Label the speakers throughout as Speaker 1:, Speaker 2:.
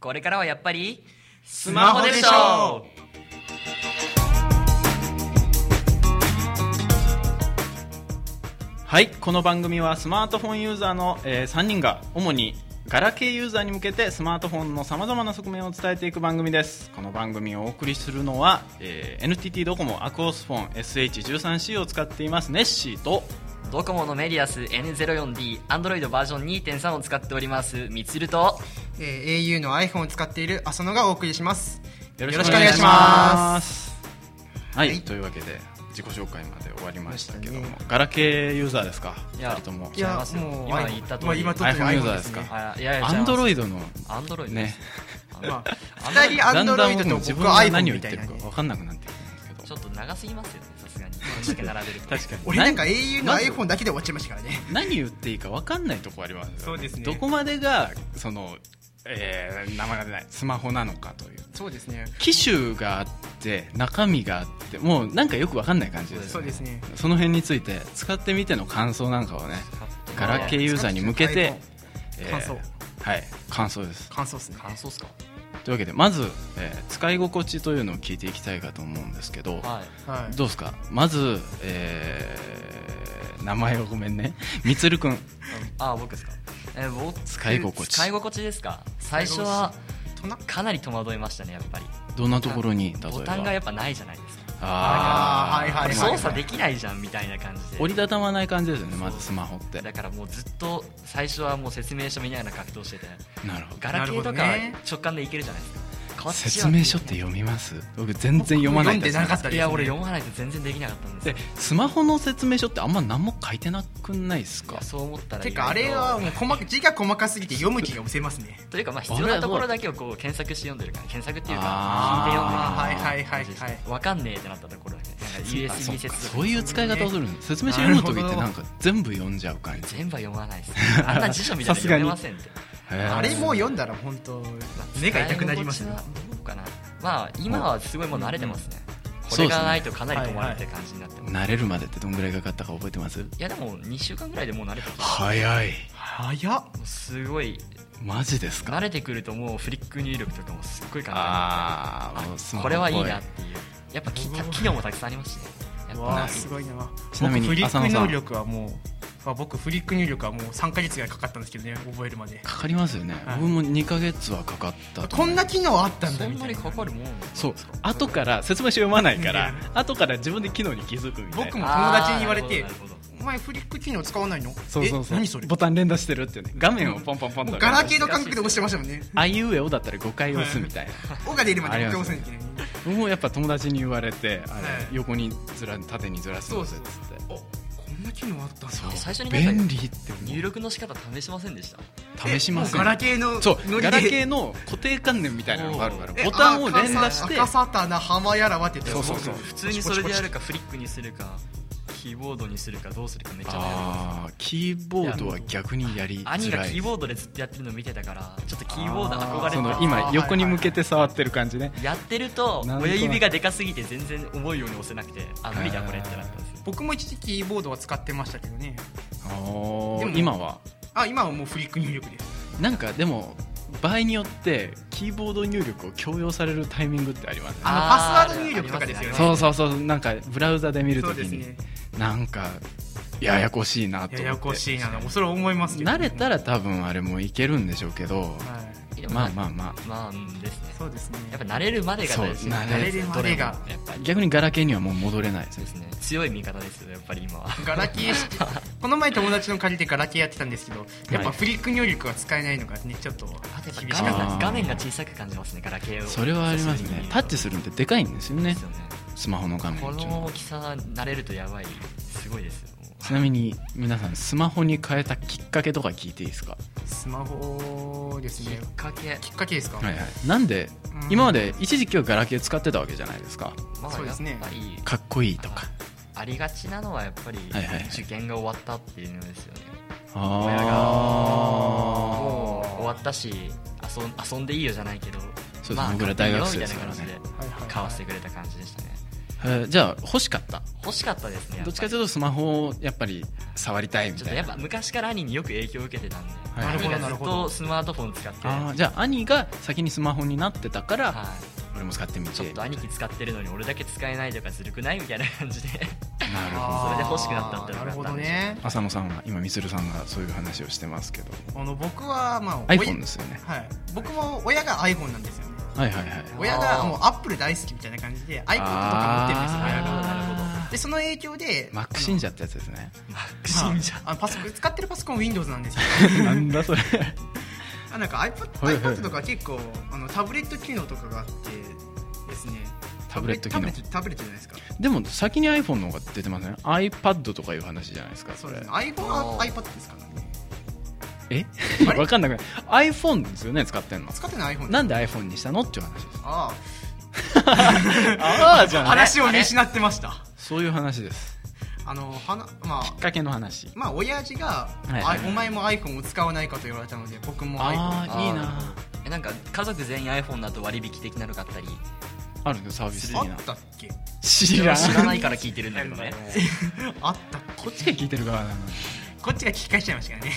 Speaker 1: これからはやっぱりス
Speaker 2: マホでしょはいこの番組はスマートフォンユーザーの、えー3人が主にガラケーユーザーに向けてスマートフォンのさまざまな側面を伝えていく番組ですこの番組をお送りするのは、えー NTT ドコモアクオスフォン SH13C を使っていますネッシーと
Speaker 1: ドコモのメディアス N04D アンドロイドバージョン2.3を使っておりますみつると
Speaker 3: えー au の iPhone を使っている浅野がお送りします
Speaker 2: よ
Speaker 3: ろしくお願いします
Speaker 2: はい、
Speaker 3: はい
Speaker 2: というわけで自己紹介まで終わりましたけども、
Speaker 3: そうです
Speaker 2: ガラケーユーザーですか
Speaker 1: いや
Speaker 2: 2人とも
Speaker 1: いや違ますよ今言った通り
Speaker 3: まあ今撮ってる
Speaker 2: iPhone ユ
Speaker 3: iPhone
Speaker 2: ーザー
Speaker 3: で
Speaker 2: です
Speaker 3: す
Speaker 2: か
Speaker 3: ね
Speaker 1: あいやいや
Speaker 2: アンドロ
Speaker 1: イ
Speaker 2: イドの
Speaker 1: ドアンドロイド
Speaker 2: ね
Speaker 3: まあ
Speaker 1: あ
Speaker 3: 二人アンドロイドと
Speaker 2: 自分
Speaker 3: 僕
Speaker 2: が
Speaker 3: は iPhone
Speaker 2: 何を言
Speaker 3: み
Speaker 2: ってる
Speaker 3: たいな
Speaker 2: か
Speaker 3: ね
Speaker 2: 分かんなくなってくるんですけど
Speaker 1: ちょっと長すぎますよねさすがに確かに並べると
Speaker 2: 確かに
Speaker 3: 俺なんか
Speaker 2: な
Speaker 3: au の iPhone だけで終わっちゃいましたからね
Speaker 2: 何言っていいか分かんないとこありますよ
Speaker 3: そうですね
Speaker 2: どこまでがその、えー名前が出ないスマホなのかという
Speaker 3: そうですね
Speaker 2: 機種があって中身があってもうなんかよく分かんない感じです
Speaker 3: そ
Speaker 2: よ
Speaker 3: う
Speaker 2: ね
Speaker 3: ですね
Speaker 2: その辺について使ってみての感想なんかをねガラケーユーザーに向けて、えー
Speaker 3: 感想
Speaker 2: はい感想です
Speaker 3: 感想っすね
Speaker 1: 感想っすか
Speaker 2: というわけでまず、えー使い心地というのを聞いていきたいかと思うんですけど、
Speaker 1: はい
Speaker 3: はい
Speaker 2: どうですかまず、えー名前をごめんね みつるくん
Speaker 1: ああ僕ですかえー僕
Speaker 2: 使い心地
Speaker 1: 使い心地ですか最初は
Speaker 3: とな
Speaker 1: かなり戸惑いましたねやっぱり
Speaker 2: どんなところに例えば
Speaker 1: ボタンがやっぱないじゃないですか
Speaker 2: あー
Speaker 3: あーはいはい
Speaker 1: 操作できないじゃんみたいな感じで
Speaker 2: 折りたたまない感じですよねまず
Speaker 1: そう
Speaker 2: スマホって
Speaker 1: だからもうずっと最初はもう説明書見ながら格闘してて
Speaker 2: なるほど
Speaker 1: ガラケーとか
Speaker 3: なるほどね
Speaker 1: 直感でいけるじゃないですかこっちは
Speaker 2: 説明書って読みます僕全然読まない
Speaker 3: 僕読んでなかったです
Speaker 1: いや俺読まないと全然できなかったんです
Speaker 2: で
Speaker 1: よ
Speaker 2: スマホの説明書ってあんま何も書いてなくないです
Speaker 1: い
Speaker 2: か
Speaker 1: やそう思ったら
Speaker 3: てかあれはもう細か字が細かすぎて読む気が失せますね
Speaker 1: というかまあ必要なところだけをこう検索して読んでるから検索っていうか
Speaker 2: あ
Speaker 1: 聞いて
Speaker 2: ー
Speaker 1: 読んでる
Speaker 3: あーはいはいはいはい
Speaker 1: 分かんねえってなったところだけなんか
Speaker 2: あそう
Speaker 1: USB 接
Speaker 2: か
Speaker 1: 続
Speaker 2: そういう使い方をするんです説明書読む時ってなんか全部読んじゃう感じ
Speaker 1: 全部は読まないですあんな辞書みたいなの
Speaker 2: さす
Speaker 1: 読
Speaker 2: がに
Speaker 1: めませんって
Speaker 2: へー
Speaker 3: あれもう読んだら本当目が痛くなります
Speaker 1: 使
Speaker 3: ね
Speaker 1: い心地はどうかなまあ今はすごいもう慣れてますねこ
Speaker 2: そうですね
Speaker 1: れがないとかなり困るって感じになってます
Speaker 2: 慣れるまでってどんぐらいかかったか覚えてます
Speaker 1: いやでも2週間ぐらいでもう慣れてきても
Speaker 2: 早いう
Speaker 3: 早っ
Speaker 1: うすごい
Speaker 2: マジですか
Speaker 1: 慣れてくるともうフリック入力とかもすっごい簡単に
Speaker 2: ああもうスマ
Speaker 1: こ
Speaker 2: ホっぽ
Speaker 1: れはいいなっていうやっぱき機能もたくさんありますしねやっ
Speaker 2: わ
Speaker 1: ぱ
Speaker 2: あ
Speaker 3: ごいな
Speaker 2: ちなみに
Speaker 3: 僕フリッ
Speaker 2: 浅
Speaker 3: ク
Speaker 2: 野さん
Speaker 3: 入力はもう、まあ、僕フリック入力はもう3ヶ月ぐらいかかったんですけどね覚えるまで
Speaker 2: かかりますよね、
Speaker 3: はい
Speaker 2: 僕も2ヶ月はかかったと
Speaker 3: こ
Speaker 2: 思うん
Speaker 3: な機能あったん
Speaker 1: そ
Speaker 3: だみ
Speaker 1: ん
Speaker 3: た
Speaker 1: ないに
Speaker 3: な
Speaker 1: かかるもん
Speaker 2: そう後から説明書読まないから
Speaker 3: うん
Speaker 2: 後から自分で機能に気づくみたいな
Speaker 3: 僕も友達
Speaker 1: あー
Speaker 3: に言われて
Speaker 1: なるほどなる
Speaker 3: 「お前フリック機能使わないの
Speaker 2: そうそうそう
Speaker 3: え何それ?」
Speaker 2: ボタン連打してるっていうね画面をポンポンポン
Speaker 3: も
Speaker 2: と
Speaker 3: うガラケーの感覚で押してましたもんね
Speaker 2: あいうえおだったら5回押すみたいな
Speaker 3: 「お」が出るまで押さなきゃいけない
Speaker 2: 僕もやっぱ友達に言われてあれ
Speaker 3: はい
Speaker 2: 横にずら縦にずらすんですよつって
Speaker 3: おこんな機能あったんだ
Speaker 2: そう
Speaker 1: 最初になんか
Speaker 2: 便利って
Speaker 1: ほど入力の仕方試しませんでした
Speaker 2: 思う試しませ
Speaker 3: もうガラ
Speaker 2: ん
Speaker 3: ケーの
Speaker 2: そう
Speaker 3: ノリ
Speaker 2: ガラ
Speaker 3: で
Speaker 2: ケーの固定観念みたいなのがあるから
Speaker 3: え
Speaker 2: ボタンを連打して
Speaker 3: 赤赤サタナ浜やらわって言って
Speaker 2: そうそうそう
Speaker 1: 普通にそれでやるかフリックにするかキーボードにするかどうするかめっちゃ悩んで
Speaker 2: あーキーボードは逆にやりづらい
Speaker 1: 兄がキーボードでずっとやってるの見てたからちょっとキーボード憧
Speaker 2: そ
Speaker 1: れ
Speaker 2: の
Speaker 1: て
Speaker 2: 今横に向けて触ってる感じね
Speaker 1: やってると
Speaker 2: なんとなく
Speaker 1: 親指がでかすぎて全然思うように押せなくてあ無理だこれってなったんですよ
Speaker 3: 僕も一時期キーボードは使ってましたけどね
Speaker 2: お
Speaker 3: で
Speaker 2: ー
Speaker 3: も
Speaker 2: 今は
Speaker 3: あ今はもうフリック入力です
Speaker 2: なんかでも場合によってキーボード入力を強要されるタイミングってありますね
Speaker 3: あ
Speaker 1: あー
Speaker 3: のパスワード入力とかですよね
Speaker 2: そうそうそうなんかブラウザで見る
Speaker 3: そ
Speaker 2: と
Speaker 3: う
Speaker 2: き
Speaker 3: です
Speaker 2: に、
Speaker 3: ね
Speaker 2: なんかややこしいなと思っ
Speaker 3: や
Speaker 2: て
Speaker 3: やこしいなそれは思いますけど
Speaker 2: 慣れたら多分あれもいけるんでしょうけど
Speaker 3: はい
Speaker 2: まあまあま
Speaker 1: まあうんですね
Speaker 3: そうですね
Speaker 1: やっぱ慣れるまでが大事
Speaker 2: そう慣
Speaker 3: れるまでが
Speaker 1: どれもやっぱ
Speaker 2: あ
Speaker 1: り
Speaker 2: 逆にガラケーにはもう戻れないです
Speaker 1: そう
Speaker 2: ね
Speaker 1: ですね強い味方ですよやっぱり今は
Speaker 3: ガラケーして この前友達の借りてガラケーやってたんですけどやっぱフリック入力が使えないのがねちょっと
Speaker 1: あとやっぱ
Speaker 3: 厳し
Speaker 1: 画面
Speaker 3: かっ
Speaker 1: が画面が小さく感じますねガラケーを
Speaker 2: それはありますねタッチするんででかいんですよね
Speaker 1: ですよね
Speaker 2: スマホの画面
Speaker 1: こ
Speaker 2: っていうの
Speaker 1: の
Speaker 2: は
Speaker 1: 大きさ慣れるとやばいすごいですよもう
Speaker 2: ちなみに皆さんスマホに変えたきっかけとか聞いていいですか
Speaker 3: たスマホです
Speaker 1: き
Speaker 3: ね
Speaker 1: っかけ
Speaker 3: きっかけですか、
Speaker 2: はいはいなんで
Speaker 3: うん
Speaker 2: 今まで一時期はガラケー使ってたわけじゃないですか
Speaker 1: まあ
Speaker 3: そうですね
Speaker 1: やっぱり
Speaker 2: かっこいいとか
Speaker 1: あありがちなのはやっぱり
Speaker 2: はいはいはい
Speaker 1: 受験が終わったっていうのですよね親が
Speaker 2: あ
Speaker 1: もう終わったし遊ん遊んでいいよじゃないけど
Speaker 2: そうです
Speaker 1: まあ
Speaker 2: 僕ら大学生ですからね
Speaker 1: 買ってよみたいな感じで買わせてくれた感じでしたね
Speaker 2: あ、えーじゃあ欲しかった
Speaker 1: 欲しかったですねやぱり
Speaker 2: どっちかというとスマホをやっぱり触りたいみ
Speaker 1: ちょったと
Speaker 2: い
Speaker 1: や
Speaker 2: な
Speaker 1: っぱ昔から兄によく影響を受けてたんで
Speaker 2: はい
Speaker 3: なる
Speaker 1: 兄
Speaker 3: ほど
Speaker 1: がずっとスマートフォン使って、
Speaker 2: あ
Speaker 1: は
Speaker 2: ーじゃあ兄が先にスマホになってたから、俺も使ってみて
Speaker 1: い、ちょっと兄貴使ってるのに俺だけ使えないとかずるくないみたいな感じで
Speaker 2: なるほど
Speaker 1: それで欲しくなったっていうのが
Speaker 3: なる
Speaker 1: あっ
Speaker 3: ほ
Speaker 1: た
Speaker 3: ど
Speaker 1: んでしょう
Speaker 3: ね
Speaker 2: 浅野さんは今みつるさんがそういう話をしてますけど
Speaker 3: あの僕はまあおい
Speaker 2: iPhone ですよね
Speaker 3: はい僕も親が iPhone なんですよね
Speaker 2: はいはいはい
Speaker 3: 親がもうアップル大好きみたいな感じで iPod とか持ってるんですよ親がでその影響で
Speaker 2: マック信者ってやつですね
Speaker 1: マック信者
Speaker 3: あのパソコン使ってるパソコン Windows なんですよ
Speaker 2: なんだそれ
Speaker 3: あなんか iPod,
Speaker 2: はいはい
Speaker 3: iPad とか結構あのタブレット機能とかがあってですね
Speaker 2: タブレット機
Speaker 3: タブ
Speaker 2: 能
Speaker 3: レットタブレットじゃないですか
Speaker 2: でも先に iPhone の方が出てません iPad とかいう話じゃないですか
Speaker 3: そ
Speaker 2: そうれ
Speaker 3: ですね iPhone は
Speaker 1: あー
Speaker 3: iPad ですからね
Speaker 2: え
Speaker 3: あれ
Speaker 2: わかんなくない iPhone ですよね使ってんの
Speaker 3: 使ってない iPhone
Speaker 2: なんで iPhone にしたのっていう話です
Speaker 3: ああ
Speaker 2: ああじゃ
Speaker 3: 話を見失ってました
Speaker 2: そういう話です
Speaker 3: あのはなまあ
Speaker 2: きっかけの話
Speaker 3: まあ親父が、
Speaker 2: はいはい
Speaker 3: あお前も iPhone を使わないかと言われたので僕も iPhone
Speaker 2: ああいいな
Speaker 1: あえなんか家族全員 iPhone だと割引的なのがあったり
Speaker 2: あるんですよサービス的
Speaker 3: あ
Speaker 2: な
Speaker 3: ったっけ
Speaker 2: 知
Speaker 1: 知ら
Speaker 2: らん
Speaker 1: ないから聞いてるんだけどね
Speaker 3: あったっ
Speaker 2: こっちが聞いてる側なのに
Speaker 3: けこっちが聞き返しちゃいましたからね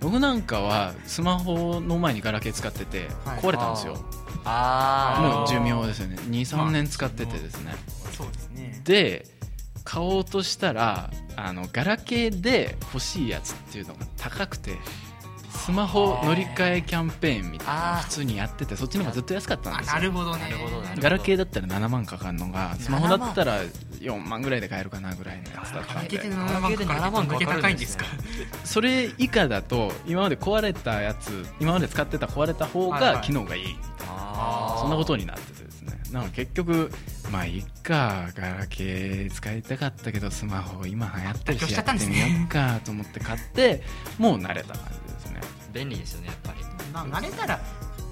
Speaker 2: 僕なんかはスマホの前にガラケー使ってて
Speaker 3: はい
Speaker 2: 壊れたんですよ、
Speaker 1: あ
Speaker 3: ー
Speaker 2: もう
Speaker 1: あ
Speaker 2: 寿命ですよね
Speaker 3: ま
Speaker 2: 23
Speaker 3: あ
Speaker 2: 年使っててですね、
Speaker 3: そうですね
Speaker 2: で買おうとしたらあのガラケーで欲しいやつっていうのが高くてスマホ乗り換えキャンペーンみたいなの
Speaker 1: あー
Speaker 2: 普通にやっててそっちの方がずっと安かったん
Speaker 3: あ
Speaker 2: ですよ
Speaker 3: なるほどね
Speaker 1: なるほどなるほど
Speaker 2: ガラケーだったら7万かかるのがスマホだったら4万ぐらいで買えるかなぐらいのやつだった
Speaker 3: ガ
Speaker 2: ん
Speaker 3: ラケーで
Speaker 2: で
Speaker 3: 7万か
Speaker 1: ガ
Speaker 3: かる
Speaker 1: ラケーで7万かかるんですね
Speaker 3: どんだけ高いんですか
Speaker 2: それ以下だと今まで壊れたやつ今まで使ってた壊れた方
Speaker 3: はいは
Speaker 2: が
Speaker 3: い
Speaker 2: 機能がいい
Speaker 1: あー
Speaker 2: そんなことになっててですねなので結局まあいいかガラケー使いたかったけどスマホ今流行ってる
Speaker 3: 妥協
Speaker 2: し
Speaker 3: しち
Speaker 2: や
Speaker 3: ゃったん
Speaker 2: っ
Speaker 3: で
Speaker 2: て
Speaker 3: す
Speaker 2: み
Speaker 3: ね
Speaker 2: ようかと思って買ってもう慣れた感じですね
Speaker 1: 便利ですよねやっぱり
Speaker 3: まあ慣れたら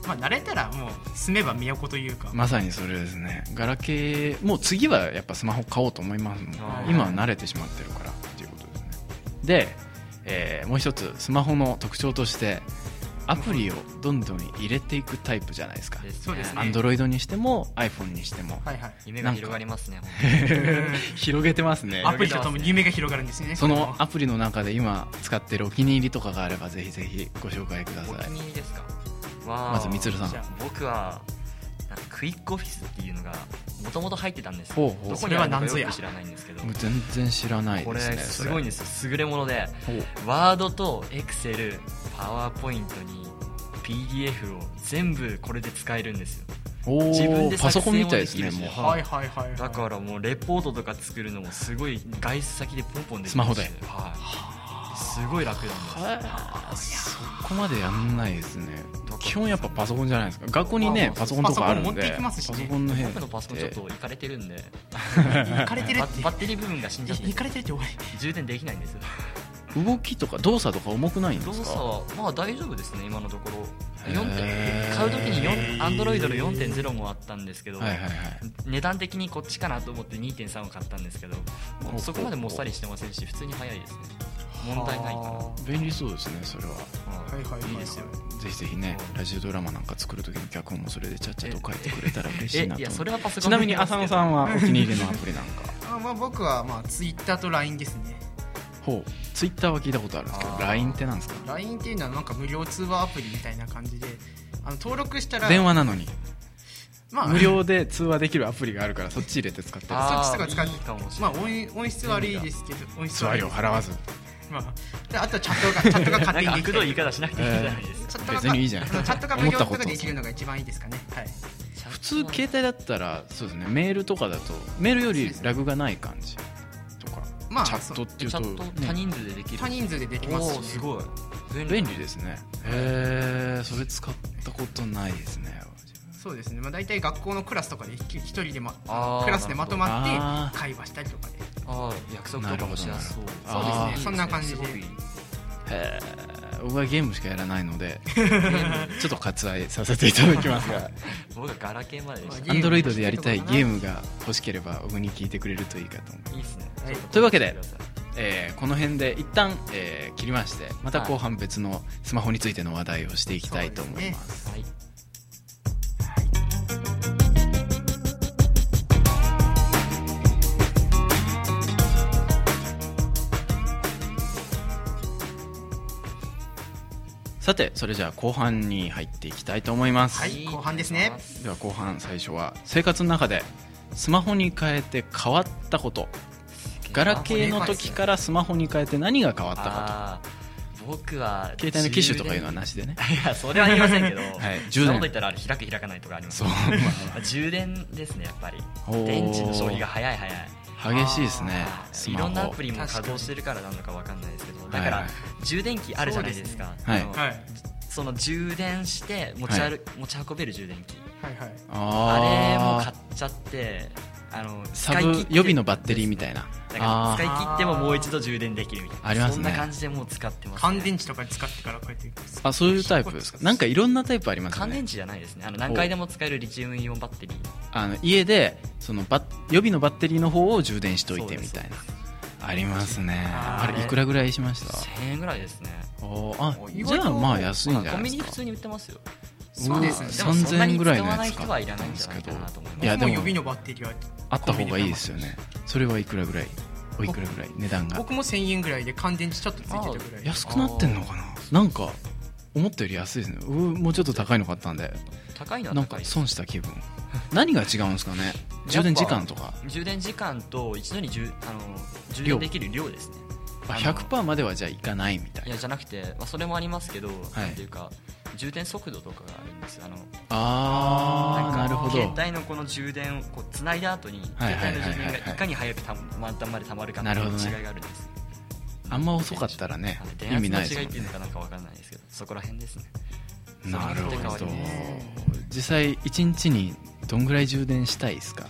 Speaker 3: まあ慣れたらもう住めば都というか、
Speaker 2: まさにそれですねガラケーもう次はやっぱスマホ買おうと思いますもん
Speaker 1: あ
Speaker 3: ー
Speaker 2: 今は慣れてしまってるからっていうことですねで、えーもう一つスマホの特徴としてアプリをどんどん入れていくタイプじゃないですか
Speaker 3: そうですね
Speaker 2: アンドロイドにしても iPhone にして も、
Speaker 3: はいはい
Speaker 1: 夢が広がりますね
Speaker 2: 広げてますね
Speaker 3: アプリとともに夢が広がるんですね
Speaker 2: そのアプリの中で今使ってるお気に入りとかがあればぜひぜひご紹介くださ
Speaker 1: お気
Speaker 2: い
Speaker 1: に入りですかわあ
Speaker 2: まずみつるさん
Speaker 3: じゃあ
Speaker 1: 僕はなんかクイックオフィスっていうのがもともと入ってたんですよ
Speaker 2: ほうほう
Speaker 1: どこにあるのか
Speaker 3: それは何ぞ
Speaker 1: よ
Speaker 3: や
Speaker 1: く知らないんですけど
Speaker 2: もう全然知らない
Speaker 1: こ
Speaker 2: で
Speaker 1: れ
Speaker 2: すね
Speaker 1: すごいん
Speaker 2: ね
Speaker 1: ですよ優れものでワードとエクセルパワーポイントに PDF を全部これで使えるんですよ
Speaker 2: おお
Speaker 1: 自分で
Speaker 2: パソ
Speaker 1: 作
Speaker 2: コ
Speaker 1: 成
Speaker 2: ン
Speaker 1: も
Speaker 2: みたいですね
Speaker 1: でき
Speaker 2: も
Speaker 1: る
Speaker 2: う
Speaker 1: し
Speaker 3: はいはいはいはい
Speaker 1: だからもうレポートとか作るのもすごい外出先でポンポンできるし
Speaker 2: スマホで
Speaker 1: はいすごい楽なんです
Speaker 2: はいそこまでやんないですね
Speaker 1: どこ
Speaker 2: 基本やっぱパソコンじゃないですか学校に
Speaker 3: まあ
Speaker 2: ね
Speaker 3: まあ
Speaker 2: パソコンとかあるんで
Speaker 3: パソコン持っていきますしね
Speaker 2: パソコンの部屋
Speaker 1: 僕のパソコンちょっといかれてるんで
Speaker 3: 行かれてる
Speaker 1: バ
Speaker 3: って
Speaker 1: バッテリー部分が死んじゃって
Speaker 3: 行かれてるっておい
Speaker 1: 充電できないんですよ
Speaker 2: 動きとか動作とか重くないんで
Speaker 1: 動
Speaker 2: す
Speaker 1: 作
Speaker 2: か
Speaker 1: はまあ大丈夫ですね今のところ
Speaker 2: へ
Speaker 1: 4
Speaker 2: ー
Speaker 1: 点買う時に4アンドロイドの4.0もあったんですけど、
Speaker 2: はいはいはい
Speaker 1: 値段的にこっちかなと思って2.3を買ったんですけどもうそこまでもっさりしてませんし普通に早いですね問題ないかな
Speaker 3: は
Speaker 2: 便利そうですねそれは
Speaker 3: あはいはいはい
Speaker 1: いいですよ
Speaker 2: ぜひぜひねラジオドラマなんか作る時の脚本もそれでちゃっちゃと書いてくれたら嬉しいな
Speaker 1: えいや
Speaker 2: と思
Speaker 1: そ
Speaker 2: っ
Speaker 1: れ
Speaker 2: て
Speaker 1: はパソコン
Speaker 2: ちなみに浅野さん
Speaker 1: は
Speaker 2: はお気に入りのアプリなんか
Speaker 3: あまあ僕はまあ Twitter と LINE ですね
Speaker 2: ほうツイッターは聞いたことあるんですけど
Speaker 1: あー
Speaker 2: LINE ってなんですか
Speaker 3: LINE っていうのはなんか無料通話アプリみたいな感じであの登録したら
Speaker 2: 電話なのに
Speaker 3: まあ
Speaker 2: 無料で通話できるアプリがあるからそっち入れて使ってる
Speaker 3: あそっ
Speaker 1: あ
Speaker 3: ちとか使って
Speaker 1: いいかもしれ
Speaker 3: ま
Speaker 1: な
Speaker 3: あ
Speaker 1: い、
Speaker 3: 音音質悪いですけど音質
Speaker 2: 通話
Speaker 3: 悪い
Speaker 2: 料
Speaker 3: です
Speaker 2: 払わず
Speaker 3: まあであとはチャットがチャットが勝手
Speaker 1: な
Speaker 3: に
Speaker 1: んか
Speaker 3: で
Speaker 1: く
Speaker 3: き
Speaker 1: ど
Speaker 3: た
Speaker 1: い言い
Speaker 3: り
Speaker 1: 方しなくていいじゃないですか、
Speaker 3: チャットが
Speaker 2: 別にいいじゃない
Speaker 3: チャットが無
Speaker 2: 思っ
Speaker 3: 料
Speaker 2: た
Speaker 3: と
Speaker 2: こ
Speaker 3: か
Speaker 2: と
Speaker 3: でできるのが一番いいですかねはい
Speaker 2: 普通携帯だったらそうですねメールとかだとメールよりラグがない感じとか、
Speaker 3: まあ
Speaker 2: チャットっていう
Speaker 1: チ
Speaker 2: と
Speaker 1: ャット多
Speaker 2: ね
Speaker 1: 人数でできる
Speaker 3: 多人数でできま
Speaker 1: おー
Speaker 3: すし
Speaker 1: す
Speaker 3: ね
Speaker 1: ごい
Speaker 2: 便利ですねへえそれ使ったことないですね
Speaker 3: そうですねまあ大体学校のクラスとかで一一人でま
Speaker 1: あー
Speaker 3: クラスでまと
Speaker 2: なる
Speaker 3: ま
Speaker 2: ほ
Speaker 3: っ
Speaker 2: ど
Speaker 3: て会話したりとかで
Speaker 1: ああ約束とかもしやすそう
Speaker 2: なるほどなるほどそうで
Speaker 1: あ
Speaker 2: すね
Speaker 1: ー
Speaker 3: そんな感じです
Speaker 1: ごくいい
Speaker 2: へえ僕はゲームしかやらないの でちょっと割愛させていただきますが
Speaker 1: 僕はガラケーまででし
Speaker 3: ま
Speaker 1: た
Speaker 3: あ
Speaker 2: アンドロイドでやりたい
Speaker 3: ゲーム
Speaker 2: ゲームが欲しければ僕に聞いてくれるといいかと思う、
Speaker 1: いいっすね
Speaker 3: はい
Speaker 1: ちょっ
Speaker 2: というわけで
Speaker 1: ごめんなさい
Speaker 2: えーこの辺で一旦、えー切りましてまた後半別のスマホについての話題をしていきたいと思います
Speaker 1: はい
Speaker 2: スさてそれじゃあ後半に入っていきたいと思います、
Speaker 3: はい後半ですね
Speaker 2: では後半最初は生活の中でスマホに変えて変わったことガラケーの時からスマホに変えて何が変わったか
Speaker 1: あー僕は
Speaker 2: と携帯の機種とかいうのはなしでね
Speaker 1: いやそれは言いませんけど、
Speaker 2: はい
Speaker 1: そんなこと言
Speaker 2: 充電
Speaker 1: ったらあれ開く開かないとかあ ります
Speaker 2: そう、
Speaker 1: まあ充電ですねやっぱり
Speaker 2: おー
Speaker 1: 電池の消費が早い早い
Speaker 2: まあ、激しいですね
Speaker 3: あ
Speaker 2: ス
Speaker 1: い
Speaker 2: マ
Speaker 1: ろ
Speaker 2: ホ
Speaker 1: んなアプリも稼働してるからなのかわかんないですけどだか
Speaker 2: はい
Speaker 1: ら
Speaker 2: はい
Speaker 1: 充電器あるじゃないですか
Speaker 2: そうですねはい
Speaker 1: あの
Speaker 3: はい
Speaker 1: その充電して持ち歩持ち運べる充電器
Speaker 3: はいはい
Speaker 1: あれ
Speaker 2: あ
Speaker 1: も
Speaker 2: ー
Speaker 1: 買っちゃってあの
Speaker 2: サ
Speaker 1: 使い
Speaker 2: ブ
Speaker 1: 切っ
Speaker 2: 予
Speaker 1: て
Speaker 2: 備のバッテリーみたいな
Speaker 1: だから
Speaker 2: あ
Speaker 1: 使い切ってももう一度充電できるみたいな
Speaker 2: ありますね
Speaker 1: そんな感じでもう使ってます、ね、
Speaker 3: 乾電池とか使ってからこうやってます
Speaker 2: ーあそういうタイプですかなんかいろんなタイプありますよ
Speaker 1: 乾電
Speaker 2: ね
Speaker 1: 池じゃないですねあの何回でも使えるリチウムイオンバッテリー
Speaker 2: あの家でそのバッ予備のバッテリーの方を充電しといてみ
Speaker 1: そ
Speaker 2: たい
Speaker 1: うで
Speaker 2: なありますね
Speaker 3: あ
Speaker 2: あ
Speaker 3: ー
Speaker 2: れいくらぐらいしました
Speaker 1: 1000円ぐらいですね
Speaker 2: おーあ
Speaker 1: 意
Speaker 2: じ
Speaker 1: 外
Speaker 2: ゃ
Speaker 1: と
Speaker 2: あまあ安いんじ
Speaker 1: ま
Speaker 2: ゃ
Speaker 1: あ
Speaker 2: な
Speaker 1: コン
Speaker 2: い
Speaker 1: ビ
Speaker 2: で
Speaker 1: ニで
Speaker 2: すか
Speaker 1: 普通に売ってますよ
Speaker 3: そうですね
Speaker 1: でもそんな
Speaker 2: 3000
Speaker 1: に
Speaker 2: 円ぐ
Speaker 1: 使
Speaker 2: らいの
Speaker 1: わ
Speaker 2: や
Speaker 1: ない
Speaker 2: つ
Speaker 1: 人
Speaker 2: 買っ
Speaker 1: はい
Speaker 2: た
Speaker 1: らない
Speaker 2: ん
Speaker 1: ん
Speaker 2: で
Speaker 1: じゃ
Speaker 2: す
Speaker 1: な
Speaker 2: け
Speaker 1: い
Speaker 2: ど
Speaker 1: かなと思います
Speaker 2: いやでも
Speaker 3: 予備のバッテリーは
Speaker 2: あった方がいいですよねそれはいくらぐらいおいくらぐらい値段が
Speaker 3: 僕も1000円ぐらいで乾電池ちょっとついてたぐらい
Speaker 2: 安くなってんのかななんか思ったより安いですねうーもうちょっと高いの買ったんで
Speaker 1: 高いのは
Speaker 2: なん
Speaker 1: 高
Speaker 2: か
Speaker 1: いです
Speaker 2: 損した気分何が違うんですかね充電時間とか
Speaker 1: 充電時間と一度に充あの充電できる量ですね
Speaker 2: あ
Speaker 1: あの
Speaker 2: 100%まではじゃあいかないみたい
Speaker 1: い
Speaker 2: な
Speaker 1: やじゃなくて、まあ、それもありますけど、
Speaker 2: い
Speaker 1: なんていうか充電速度とかがあるんですよあの
Speaker 2: あー
Speaker 1: んか
Speaker 2: なるほど
Speaker 1: 携帯のこの充電をこう繋いだ後に
Speaker 2: は
Speaker 1: 携
Speaker 2: いはいはい
Speaker 1: 帯
Speaker 2: はい
Speaker 1: の充電がいかに早くたまたまでたまるかって
Speaker 2: なる
Speaker 1: い
Speaker 2: ほ
Speaker 1: う
Speaker 2: どね
Speaker 1: 違いがあるんです、
Speaker 2: あんま遅かったらね
Speaker 1: あの
Speaker 2: 意味
Speaker 1: 電
Speaker 2: ない
Speaker 1: 圧
Speaker 2: で
Speaker 1: の
Speaker 2: す
Speaker 1: 違い
Speaker 2: も
Speaker 1: ってい
Speaker 2: んね
Speaker 1: うのかなんかわかんないですけどそこら辺ですね
Speaker 2: なる
Speaker 1: その
Speaker 2: ほ
Speaker 1: 辺
Speaker 2: ど
Speaker 1: り
Speaker 2: 実際1日にどんぐらい充電したいですか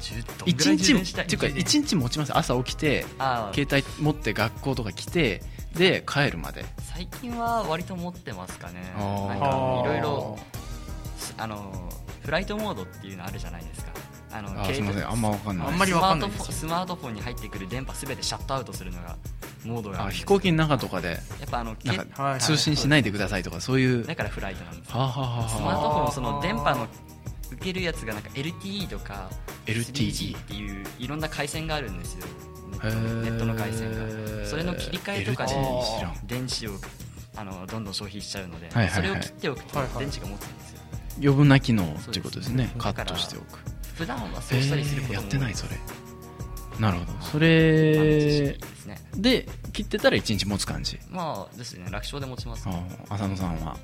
Speaker 1: 充どんぐら
Speaker 2: 1
Speaker 1: い
Speaker 2: 日
Speaker 1: 充
Speaker 2: も
Speaker 1: 電
Speaker 2: っ
Speaker 1: したい
Speaker 2: ていうか1日持ちます朝起きて
Speaker 1: あー
Speaker 2: 携帯持って学校とか来てで帰るまで
Speaker 1: 最近は割と持ってますかね
Speaker 2: あー
Speaker 1: なんかいろいろあのフライトモードっていうのあるじゃないですかあの
Speaker 2: あーすいませんあんまわかんない
Speaker 3: あんまりわかんない
Speaker 1: スマートフォンスマートフォンに入ってくる電波すべてシャットアウトするのがモードがあ
Speaker 2: あ
Speaker 1: るんです
Speaker 2: 飛行機の中とかで
Speaker 1: やっぱあの
Speaker 2: なん
Speaker 1: け
Speaker 2: か
Speaker 3: はい
Speaker 2: 通信しないでくださいとかそういう
Speaker 1: だからフライトなんですよ
Speaker 2: はあはあは
Speaker 1: ス
Speaker 2: あ
Speaker 1: マー
Speaker 2: は
Speaker 1: トフォンその電波の受けるやつがなんか LTE とか
Speaker 2: LTE
Speaker 1: っていういろんな回線があるんですよネ
Speaker 2: へ
Speaker 1: ット
Speaker 2: ー
Speaker 1: ネットの回線がそれの切り替えとかで
Speaker 2: LTE 知らん
Speaker 1: 電池をあのどんどん消費しちゃうので、
Speaker 2: はいはいはい
Speaker 1: それを切っておくと
Speaker 3: はいはい
Speaker 1: 電池が持つんですよ、
Speaker 2: 余分な機能っていうことです
Speaker 1: そ
Speaker 2: ね
Speaker 1: うです
Speaker 2: カットしておく
Speaker 1: 普段はそうしたりすることも
Speaker 2: えーやってないそ
Speaker 1: れ
Speaker 2: れなるほどそ
Speaker 1: まあ
Speaker 2: れ
Speaker 1: ですね
Speaker 2: で切ってたら1日持つ感じ
Speaker 1: まあですね楽勝で持ちます
Speaker 2: あー浅野さんは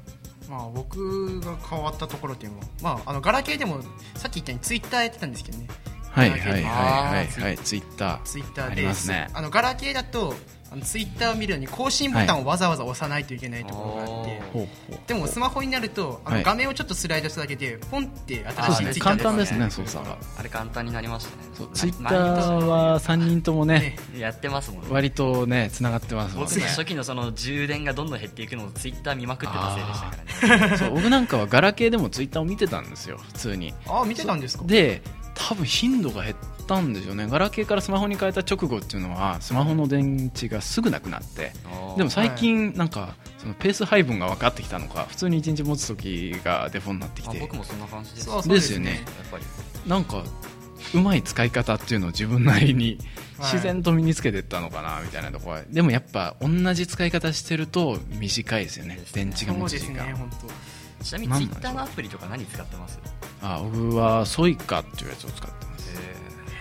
Speaker 3: まあ僕が変わったところっていうのはまああのガラケーでもさっき言ったようにツイッターやってたんですけどね
Speaker 2: はいは
Speaker 3: ないる
Speaker 2: は
Speaker 3: ほど
Speaker 2: いはい
Speaker 1: あー
Speaker 2: はいツイッター
Speaker 3: ツイッターで
Speaker 2: ありますね
Speaker 3: あのガラケーだとあのツイッターを見るのに更新ボタンをわざわざ押さないといけないところがあって、
Speaker 1: はい
Speaker 2: ほうほう
Speaker 3: でもスマホになるとあ
Speaker 2: は
Speaker 3: の
Speaker 2: い
Speaker 3: 画面をちょっとスライドしただけでポンって
Speaker 1: あ
Speaker 2: そう
Speaker 3: 新
Speaker 2: ですね
Speaker 3: しいツイッタ
Speaker 2: 簡
Speaker 3: ーとか
Speaker 2: 単
Speaker 3: に
Speaker 2: ですね操作が
Speaker 1: あれ簡単になりましたね
Speaker 2: そう
Speaker 1: な
Speaker 2: ツイッタ
Speaker 1: 毎
Speaker 2: ーは3人ともね
Speaker 1: 日やってますもんね
Speaker 2: 割とねつながってますもん
Speaker 1: 僕
Speaker 2: ね
Speaker 1: の初期のその充電がどんどん減っていくのをツイッター見まくってたせいでしたからね
Speaker 2: そう僕なんかはガラケーでもツイッターを見てたんですよ普通に
Speaker 3: ああ見てたんですか
Speaker 2: で多分頻度が減ったんでしょうねガラケーからスマホに変えた直後っていうのはスマホの電池がすぐなくなって でも最近なんかそのペース配分が分かってきたのか普通に1日持つ時がデフォになってき
Speaker 1: あ
Speaker 2: て
Speaker 1: 僕もそんな感じです
Speaker 3: そう
Speaker 1: やっ
Speaker 3: そう
Speaker 2: ですよね
Speaker 1: ぱり
Speaker 2: なんかうまい使い方っていうのを自分なりに
Speaker 3: はい
Speaker 2: 自然と身につけてったのかなみたいなところはでもやっぱ同じ使い方してると短いですよね
Speaker 1: ですね
Speaker 2: 電池が
Speaker 3: そ
Speaker 2: 持
Speaker 3: う
Speaker 2: つ
Speaker 3: です
Speaker 2: 時
Speaker 3: ね
Speaker 2: 間、
Speaker 3: 本
Speaker 1: ちなみにツイッターのアプリとか何使ってます
Speaker 2: あ僕はソイカっていうやつを使ってます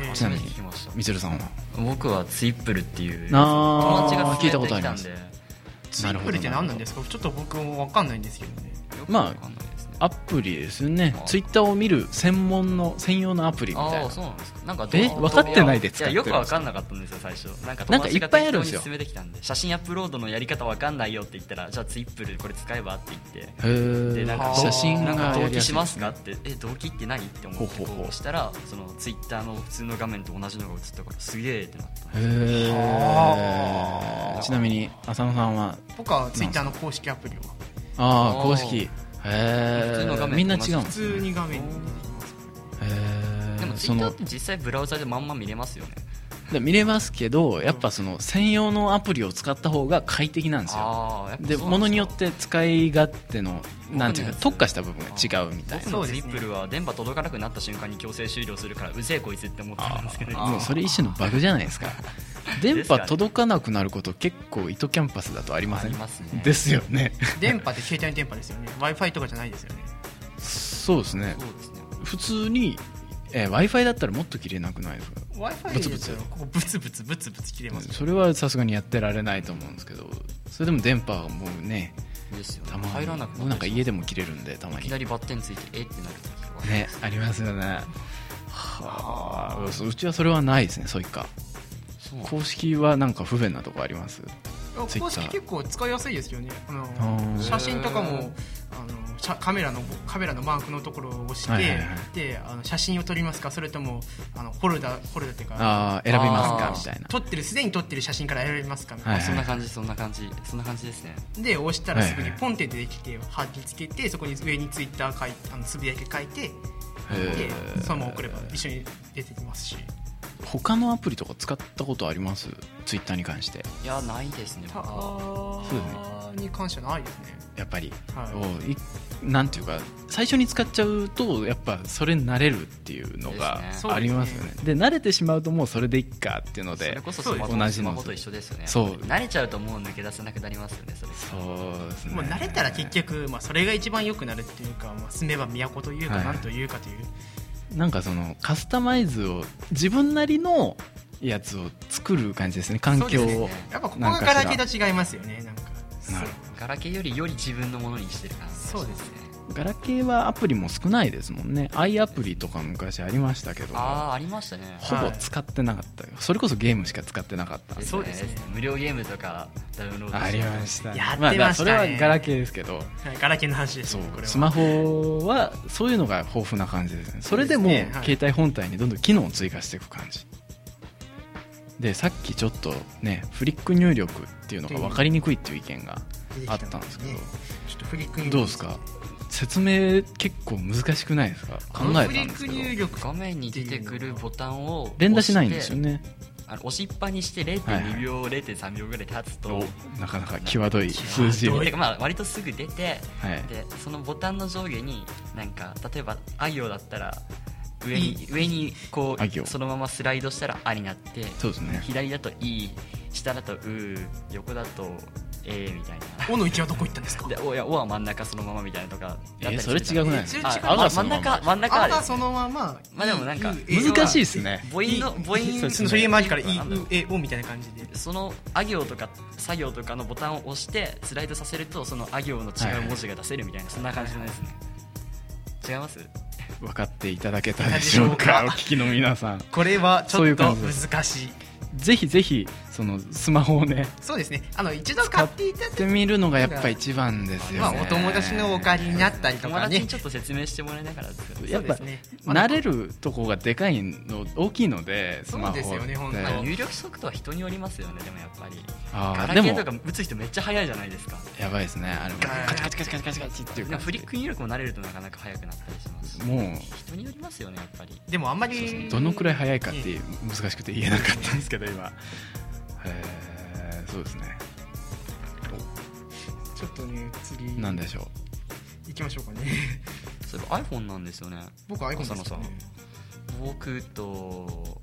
Speaker 3: 当
Speaker 2: ちなみに
Speaker 1: 聞きました
Speaker 2: みちるさんは
Speaker 1: 僕はツイップルっていう
Speaker 2: あ
Speaker 1: 友
Speaker 2: ー
Speaker 1: 達が
Speaker 2: 聞いたことあります
Speaker 1: 勧めて
Speaker 3: ツイップルって何なんですすかちょっと僕も分かんないんですけどね
Speaker 1: きたんでよくわかんないですね
Speaker 2: アプリですよね
Speaker 1: あ
Speaker 2: ツイッターを見る専門の専用のアプリみたい
Speaker 1: あ
Speaker 2: な
Speaker 1: あそうなんですかなんか
Speaker 2: え分かってないで使
Speaker 1: い
Speaker 2: っ
Speaker 1: や
Speaker 2: てる
Speaker 1: よ
Speaker 2: んで
Speaker 1: く分
Speaker 2: すか
Speaker 1: かんなかったんですよ最初なんか
Speaker 2: な
Speaker 1: 友
Speaker 2: んか
Speaker 1: 達が
Speaker 2: いっぱいあるんです
Speaker 1: 適
Speaker 2: よ
Speaker 1: 当に勧めてきたんで写真アップロードのやり方分かんないよって言ったらじゃあツイップルこれ使えばって言って
Speaker 2: へー
Speaker 1: でなん
Speaker 3: あ
Speaker 1: か
Speaker 3: ー
Speaker 2: 写真
Speaker 1: なんか
Speaker 2: がや
Speaker 1: 同
Speaker 2: りや
Speaker 1: 期
Speaker 2: す
Speaker 1: し
Speaker 2: い
Speaker 1: ますかってえ同期って何って思って
Speaker 2: ほうほうほう
Speaker 1: こうしたらそのツイッターの普通の画面と同じのが映ったからすげえってなった
Speaker 2: へー
Speaker 3: はあ
Speaker 2: ちなみに浅野さんは
Speaker 3: 僕はツイッターの公式アプリを
Speaker 2: あ
Speaker 1: あ
Speaker 2: あ
Speaker 1: ー
Speaker 2: 公式
Speaker 1: 普通
Speaker 2: へ
Speaker 1: の画面と
Speaker 2: え
Speaker 1: 同じ
Speaker 2: みんな違うん
Speaker 3: 普
Speaker 2: です
Speaker 3: 通
Speaker 2: ね
Speaker 3: に画面に出てきます
Speaker 2: へ
Speaker 1: でも
Speaker 2: ー
Speaker 1: ツイ
Speaker 2: そ
Speaker 1: ッター
Speaker 2: の
Speaker 1: って実際ブラウザでまんま見れますよね
Speaker 2: で見れますけどやっぱその専用のアプリを使った方が快適なんですよ
Speaker 1: ああやっぱそうなん
Speaker 2: で
Speaker 1: か
Speaker 2: ものによって使い勝手のなんてい
Speaker 1: 僕の
Speaker 2: う
Speaker 1: や
Speaker 2: か
Speaker 1: つ
Speaker 2: 特化した部分が違うみたいな
Speaker 1: 僕
Speaker 3: そ
Speaker 1: の
Speaker 3: う
Speaker 1: ツ
Speaker 3: で
Speaker 1: イ
Speaker 3: す
Speaker 1: ッ
Speaker 3: ね
Speaker 1: プルは電波届かなくなった瞬間に強制終了するからうぜえこいつって思ってたんですけど
Speaker 2: もうそれ一種のバグじゃないですか
Speaker 1: で
Speaker 2: 電
Speaker 1: すか
Speaker 2: 波
Speaker 1: ね
Speaker 2: 届かなくなること結構糸キャンパスだとありま
Speaker 1: あ
Speaker 2: せん
Speaker 1: りますね
Speaker 2: ですよ ね
Speaker 3: 電波って携帯の電波ですよね w i f i とかじゃないですよね
Speaker 2: そうですね
Speaker 1: そうですね
Speaker 2: 普通に、え w i f i だったらもっと切れなくないですか
Speaker 3: w i f
Speaker 2: ブ
Speaker 3: i
Speaker 2: ツブ
Speaker 3: で
Speaker 2: ツ
Speaker 3: すよここブツブツブツブツ切れますよ
Speaker 2: それはさすがにやってられないと思うんですけどそれでも電波はもうね
Speaker 1: ですよね
Speaker 2: たまに
Speaker 1: 入らなく
Speaker 2: もうなんか家
Speaker 1: で
Speaker 2: でも切れるんでたま
Speaker 1: い
Speaker 2: に
Speaker 1: きなりバッテンついてえってなる時とか
Speaker 2: ねありますよねはあうちはそれはないですねそういか
Speaker 1: そうなんです
Speaker 2: 公式はなんか不便なとこあります
Speaker 3: あ公式結構使いやすいですよねあの
Speaker 2: ー
Speaker 3: 写真とかもあの写カメラのカメラのマークのところを押して、
Speaker 2: はいはいはい
Speaker 3: であの写真を撮りますかそれともあのフォルダフォルダっていうか
Speaker 2: ああ選びますか
Speaker 1: あー
Speaker 2: みたいな
Speaker 3: 撮ってるすでに撮ってる写真から選びますかみた
Speaker 2: は
Speaker 3: いな、
Speaker 2: いはい
Speaker 1: そんな感じそんな感じそんな感じですね
Speaker 3: で押したらすぐ
Speaker 2: はい
Speaker 3: に
Speaker 2: はい
Speaker 3: ポンって出てきて貼り付けてそこに上にツイッター書いあのつぶやき書いて
Speaker 2: へ
Speaker 3: で
Speaker 2: ー
Speaker 3: そのまま送れば一緒に出てきますし
Speaker 2: 他のアプリとか使ったことありますツイッターに関して
Speaker 1: いやないですね
Speaker 3: た
Speaker 1: 僕は
Speaker 3: ーに関してはないですね
Speaker 2: やっぱり、
Speaker 3: はい
Speaker 2: おういなんていうか最初に使っちゃうとやっぱそれに慣れるっていうのが
Speaker 1: です
Speaker 3: ね
Speaker 2: ありますよねで慣れてしまうともうそれでいっかっていうの
Speaker 1: それ
Speaker 2: で
Speaker 1: こそスマ
Speaker 2: そう
Speaker 1: ホ
Speaker 2: です
Speaker 1: スマホと一緒ですよね
Speaker 2: そう
Speaker 1: 慣れちゃうともう抜け出せなくなりますよねそれ
Speaker 2: そうですね
Speaker 3: もう慣れたら結局、まあ、それが一番良くなるっていうか、まあ、住めば都というか
Speaker 2: はい
Speaker 3: なんというかという、
Speaker 2: なんかそのカスタマイズを自分なりのやつを作る感じですね環境
Speaker 3: そう
Speaker 2: を、
Speaker 3: ですねやっぱここがガラケーと違いますよねなんか
Speaker 2: なる
Speaker 1: ガラケーよりより自分のものにしてる感じ
Speaker 3: そうです
Speaker 1: ね
Speaker 2: ガラケーはアプリも少ないですもんね i アプリとか昔ありましたけど
Speaker 1: ああありましたね
Speaker 2: ほぼ使ってなかったよ、それこそゲームしか使ってなかった
Speaker 1: ですね
Speaker 3: そうですね
Speaker 1: 無料ゲームとかダウンロードして
Speaker 2: ありましたね
Speaker 3: やってま
Speaker 2: あ
Speaker 3: したね
Speaker 2: だからそれはガラケーですけど
Speaker 3: はいガラケーの話です
Speaker 2: そ
Speaker 3: ね
Speaker 2: う
Speaker 3: これは
Speaker 2: スマホはそういうのが豊富な感じですねそれでも
Speaker 3: そうですねはい
Speaker 2: 携帯本体にどんどん機能を追加していく感じでさっきちょっとねフリック入力っていうのが分かりにくいっていう意見があったんですけど
Speaker 3: ねちょっとフリック入力
Speaker 2: どうですか説明結構難しくないですか考えたんですけど
Speaker 3: フリック入力
Speaker 1: 画面に出てくるボタンを
Speaker 2: 連打しないんですよね
Speaker 1: 押してあの押しっぱにして0.2秒、0.3秒ぐらい経つと
Speaker 2: おなかなか際どい数字を
Speaker 1: てかまあ割とすぐ出て
Speaker 2: はい
Speaker 1: でそのボタンの上下になんか例えば「あ行」だったら上に上にこ
Speaker 2: あ行
Speaker 1: うそのままスライドしたら「あ」になって
Speaker 2: そうですね
Speaker 1: 左だと「い」下だと「う」横だと「え」みたいな
Speaker 3: 尾の位置はどこ行ったんですか
Speaker 1: で「お」や「お」は真ん中そのままみたいなとかだった
Speaker 2: え
Speaker 1: りす
Speaker 2: そ
Speaker 1: る
Speaker 2: れ
Speaker 1: じゃ
Speaker 2: 違
Speaker 1: ん
Speaker 2: くない
Speaker 3: えそれ違う
Speaker 1: あ
Speaker 3: あ
Speaker 1: あ
Speaker 2: 赤
Speaker 1: 真
Speaker 2: そ
Speaker 1: ん
Speaker 2: のまま
Speaker 1: 中真ん中
Speaker 3: あ
Speaker 1: ある
Speaker 3: がそのまま
Speaker 1: まあでもなんか
Speaker 2: 難しい
Speaker 3: い
Speaker 2: で
Speaker 3: う
Speaker 2: すね
Speaker 1: 母音の母音
Speaker 2: そう
Speaker 3: え
Speaker 2: で
Speaker 3: お
Speaker 2: すね
Speaker 3: そのそういう周りから「い」
Speaker 1: なんだろう
Speaker 3: 「う」「え」「お」みたいな感じで
Speaker 1: そのあ行とか作業とかのボタンを押してスライドさせるとそのあ行の違う文字が出せるみたいな、そんな感じなんですね違います
Speaker 2: 分かっていただけたでしょう
Speaker 3: いた
Speaker 2: か
Speaker 3: でしょうか
Speaker 2: お聞きの皆さん
Speaker 3: これはち
Speaker 2: そうい
Speaker 3: ょ
Speaker 2: う
Speaker 3: っ
Speaker 2: 感
Speaker 3: と
Speaker 2: じです
Speaker 3: 難しい
Speaker 2: ぜひぜひそのスマホをね
Speaker 3: そうですねあの一度買っていただ
Speaker 2: やっ
Speaker 3: い
Speaker 2: て
Speaker 3: て
Speaker 2: みるのがやっぱ一番ですよ
Speaker 3: まあ
Speaker 2: ね、
Speaker 3: お友達のお借りになったりと
Speaker 1: 友
Speaker 3: か
Speaker 1: 達に
Speaker 3: ね
Speaker 1: ちょっと説明してもらいながら作る
Speaker 2: やっぱ
Speaker 3: そうですね
Speaker 2: 慣れるとこがでかいの大きいのでスマホって
Speaker 3: そうですよね本当に
Speaker 1: まあ入力速度は人によりますよねでもやっぱり
Speaker 2: あ
Speaker 1: ガ
Speaker 2: ー
Speaker 1: ラ
Speaker 2: で
Speaker 1: ケー
Speaker 2: も
Speaker 1: とか打つ人めっちゃ早いじゃないですか
Speaker 2: やばいですねあれも
Speaker 3: ガー
Speaker 2: カチカチカチカチカチカチっていう
Speaker 1: でも
Speaker 2: か
Speaker 1: フリック入力も慣れるとなかなか早くなったりしますし
Speaker 2: も
Speaker 1: 人によりますよねやっぱり
Speaker 3: でもあんま
Speaker 2: うそう
Speaker 3: り
Speaker 2: どのくらい速いかって
Speaker 3: え
Speaker 2: 難しくて言えなかったんですけど今えーそうですね
Speaker 3: えちょっとね次
Speaker 2: なんでしょ
Speaker 3: 行きましょ うかね
Speaker 1: それ iPhone なんですよね
Speaker 3: 僕 iPhone です
Speaker 1: 浅野さん僕と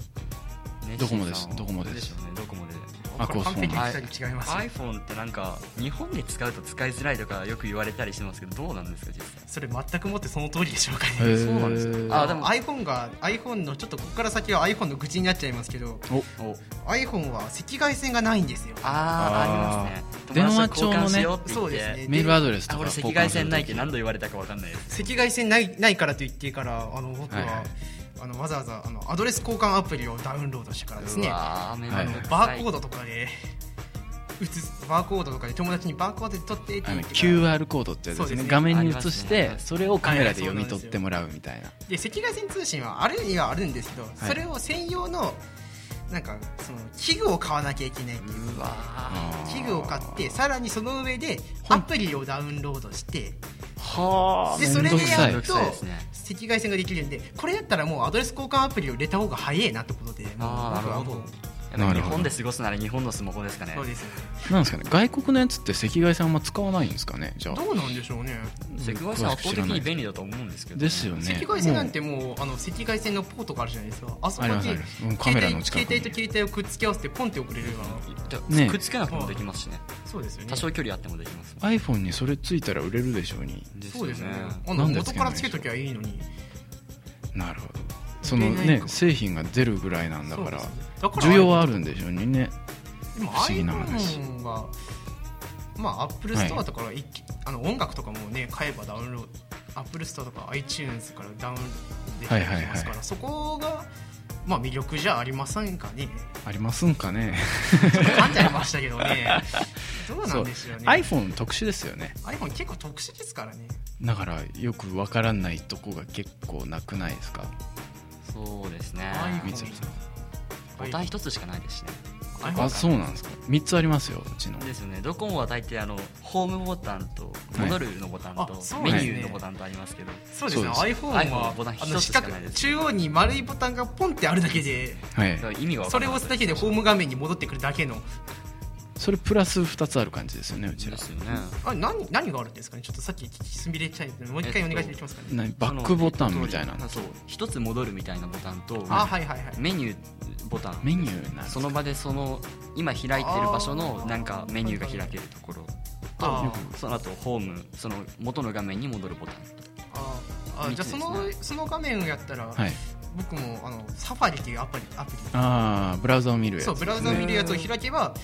Speaker 1: ね
Speaker 2: ドコモです
Speaker 1: シンさんは
Speaker 2: ドコモです
Speaker 1: よねドコモで
Speaker 2: あこう
Speaker 3: 完璧に
Speaker 1: そう
Speaker 3: 2人違います、
Speaker 1: iPhone ってなんか日本で使うと使いづらいとかよく言われたりしてますけどどうなんですか実際
Speaker 3: それ全くもってその通りでしょうかね、
Speaker 2: うへー
Speaker 1: そうなんですかあ
Speaker 3: あ
Speaker 1: で
Speaker 3: で
Speaker 1: も
Speaker 3: も iPhone が iPhone のちょっとここから先は iPhone の愚痴になっちゃいますけど
Speaker 1: お
Speaker 3: iPhone は赤外線がないんですよ
Speaker 1: あーありますね
Speaker 2: 電話帳のね
Speaker 1: 友達と交換しようって言って
Speaker 3: そうですね
Speaker 2: メールアドレスと
Speaker 1: あ
Speaker 2: か
Speaker 1: 俺赤外線ないって何度言われたか分かんないです
Speaker 3: 赤外線ないないからといってからあの僕は、
Speaker 2: はいはい
Speaker 3: あのわざわざあのアドレス交換アプリをダウンロードしてからですね
Speaker 1: う
Speaker 3: あ
Speaker 1: わーめんど
Speaker 2: はい
Speaker 1: く
Speaker 3: の
Speaker 1: さい
Speaker 3: バーコードとかで写すバーコードとかで友達にバーコードで撮ってって
Speaker 2: あ
Speaker 3: 言っ
Speaker 2: の
Speaker 3: てから
Speaker 2: QR コードってやつで
Speaker 3: そう
Speaker 2: す
Speaker 3: で
Speaker 2: ね
Speaker 3: すね
Speaker 2: 画面に映し
Speaker 1: あり
Speaker 2: て
Speaker 1: ますね
Speaker 2: それをカメラで読み取ってもらうみたいな
Speaker 3: で赤外線通信はあるにはあるんですけど、それを専用のなんかその器具を買わなきゃいけないっていう
Speaker 1: うわー
Speaker 2: あー
Speaker 3: 器具を買ってさらにその上でアプリをダウンロードして
Speaker 2: は
Speaker 3: で
Speaker 2: め
Speaker 3: そ
Speaker 2: ん
Speaker 3: れ
Speaker 2: ど
Speaker 3: で
Speaker 2: くさ
Speaker 3: や
Speaker 2: い
Speaker 3: ると
Speaker 1: めんどくさい
Speaker 3: 赤
Speaker 1: ですね
Speaker 3: 外線ができるんでこれだったらもうアドレス交換アプリを入れた方が早いなってことでもう
Speaker 1: あー
Speaker 3: 僕は
Speaker 1: なるほど
Speaker 3: もう
Speaker 1: やっぱ
Speaker 2: なる
Speaker 1: 日
Speaker 2: ほど
Speaker 1: 本で過ごすなら日本のスマホですかね
Speaker 3: そうですね
Speaker 2: なんですかね外国のやつって赤外線あんま使わないんですかねじゃあ
Speaker 3: どうなんでしょうね
Speaker 1: 赤外線は圧倒的に便利だと思うんですけどね
Speaker 2: ですよね
Speaker 3: 赤外線なんてもうあの赤外線のポートがあるじゃないですかあそこ
Speaker 2: ありますあ
Speaker 3: に
Speaker 2: りますもうカメ
Speaker 3: 携
Speaker 2: ラ
Speaker 3: 帯
Speaker 2: の近
Speaker 3: 携
Speaker 2: く
Speaker 3: 帯
Speaker 2: に
Speaker 3: と携帯をくっつけ合わせてポンって送れるような
Speaker 1: だ
Speaker 2: ね
Speaker 1: くっつけなくてもできますしね
Speaker 3: そうですよね
Speaker 1: 多少距離あってもできます
Speaker 2: iPhone にそれついたら売れるでしょうに
Speaker 1: です
Speaker 3: そうですよねあ
Speaker 2: な
Speaker 3: の
Speaker 2: んでつ
Speaker 3: 元
Speaker 2: け
Speaker 3: か
Speaker 2: ない
Speaker 3: らつけときゃいいのに
Speaker 2: なるほどその
Speaker 3: 売れない
Speaker 2: ね
Speaker 3: か
Speaker 2: 製品が出るぐらいなんだから
Speaker 3: そうですだから
Speaker 2: 需要はあるんでしょうにね
Speaker 3: でも
Speaker 2: 不思議な話
Speaker 3: iPhone はまあアップルストアとかは一気、あの音楽とかもね買えばダウンロードアップルストアとか iTunes からダウンロードでき
Speaker 2: はいはいはい
Speaker 3: ますからそこがまあ魅力じゃありませんか ね
Speaker 2: ありますんかね
Speaker 3: 噛んじゃいましたけどねどうなんでしょうね
Speaker 2: iPhone 特殊ですよね
Speaker 3: iPhone 結構特殊ですからね
Speaker 2: だからよくわからないとこが結構なくないですか
Speaker 1: そうですね
Speaker 3: iPhone
Speaker 2: みつるさん
Speaker 1: ボタン一つしかないですしね
Speaker 3: iPhone
Speaker 2: あそうなんですか3つありますようちの
Speaker 1: ですよねドコモは大抵あのホームボタンと
Speaker 2: はい
Speaker 1: 戻るのボタンと、
Speaker 3: あそう
Speaker 1: メ
Speaker 3: です
Speaker 1: ニ
Speaker 3: ね
Speaker 1: ューのボタンとありますけど
Speaker 3: そうですね
Speaker 2: そう
Speaker 3: iPhone は
Speaker 1: iPhone ボタン一
Speaker 3: あの
Speaker 1: つし
Speaker 3: 四
Speaker 1: か
Speaker 3: 角
Speaker 1: ないです
Speaker 3: 中央に丸いボタンがポンってあるだけで
Speaker 2: はい
Speaker 1: だから意味が分か
Speaker 3: それ
Speaker 1: ら
Speaker 3: を
Speaker 1: な
Speaker 3: 押すだけでホーム画面に戻ってくるだけの
Speaker 2: それプラス2つある感じですよねうち
Speaker 1: で
Speaker 2: ら
Speaker 1: すよね
Speaker 3: あ何何があるんですかねちょっとさっき聞きすみれちゃいもう一回お願いできますかね、
Speaker 2: なバックボタンみたいな
Speaker 1: そのそう一つ戻るみたいなボタンと
Speaker 3: あはいはいはい
Speaker 1: メニューボタン
Speaker 2: メニューなんです
Speaker 1: そ
Speaker 2: か
Speaker 1: の場でその今開いてる場所のなんかメニューが開けるところ
Speaker 3: あー
Speaker 1: とその後ホームその元の画面に戻るボタン
Speaker 3: あーあーじゃあそのその画面をやったら、
Speaker 2: はい
Speaker 3: 僕もあのサファリっていうアプリアプ
Speaker 2: ああブラウザを見る
Speaker 3: リ
Speaker 2: やつ
Speaker 3: そうブラウザを見
Speaker 2: ね
Speaker 3: るやつを開けば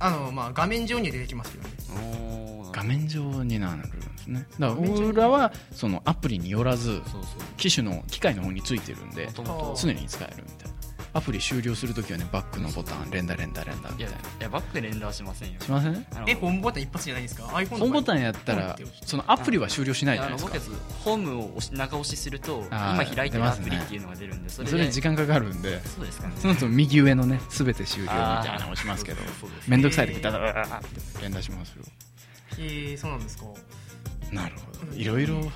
Speaker 3: あの、まあ、画面上に出てきますよね
Speaker 1: おー
Speaker 2: 画面上になるんですねだから
Speaker 3: 画面上に
Speaker 2: 僕らはそのアプリによらず
Speaker 1: そうそう
Speaker 2: 機種の機械の方についてるんで
Speaker 1: 元々
Speaker 3: あー
Speaker 2: 常に使えるみたいなアプリ終了するときはねバックのボタン連打連打連打み
Speaker 1: い
Speaker 2: たい
Speaker 1: や
Speaker 2: ない
Speaker 1: やバックで連打はしませんよ
Speaker 2: しません
Speaker 1: あの
Speaker 3: えホームボタン一発じゃないですか iPhone とか
Speaker 2: 本ボタンやった
Speaker 3: ポンっ
Speaker 2: ら
Speaker 3: て押して
Speaker 2: そのアプリは終了しないじゃ
Speaker 1: あ
Speaker 2: ない
Speaker 1: の
Speaker 2: です
Speaker 1: 僕
Speaker 2: か
Speaker 1: やつホームを押し中押しすると
Speaker 2: あー
Speaker 1: 今開いて
Speaker 2: 出
Speaker 1: る
Speaker 2: ま
Speaker 1: ア
Speaker 2: すね
Speaker 1: プリっていうのが出るんでそれで
Speaker 2: それ時間かかるんで
Speaker 1: そうですかね
Speaker 2: その後右上のね全て終了みたい
Speaker 1: あー
Speaker 2: なのをしますけど
Speaker 1: そうです
Speaker 2: 面倒くさい時ダダダダダって連打しますよ
Speaker 3: えー、そうなんですか
Speaker 2: なるほどいろいろ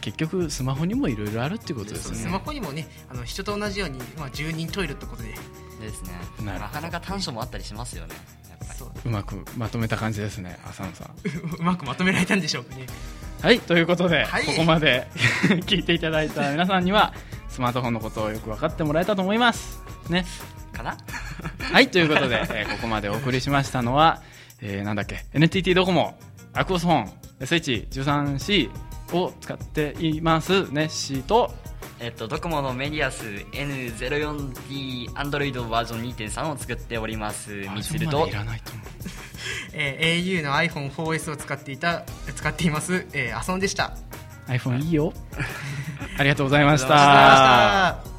Speaker 2: 結局スマホにもいろいろあるってことで
Speaker 1: そう
Speaker 2: すね
Speaker 3: スマホにもねあの人と同じように、まあ、住人トイレってことで
Speaker 1: ですね
Speaker 2: なるほど
Speaker 1: なかなか短所もあったりしますよねやっぱり
Speaker 3: そう
Speaker 2: うまくまとめた感じですね浅野さん
Speaker 3: うまくまとめられたんでしょうかね
Speaker 2: はいということで、
Speaker 3: はい
Speaker 2: ここまで 聞いていただいた皆さんにはスマートフォンのことをよく分かってもらえたと思いますね
Speaker 1: かな
Speaker 2: はいということで、えーここまでお送りしましたのは、えーなんだっけ NTT ドコモアクオスフォン SH13C を使っていますネッシーと
Speaker 1: えっと、ドコモのメディアス N04D Android バージョン2.3を作っておりますミスル
Speaker 2: ま
Speaker 1: と
Speaker 2: でいらないと思う
Speaker 3: えー au の iPhone4S を使っていた使っています、えー、遊んでした。
Speaker 2: iPhone いいよありがとうございまし
Speaker 1: ありがとうございま
Speaker 2: た
Speaker 3: あー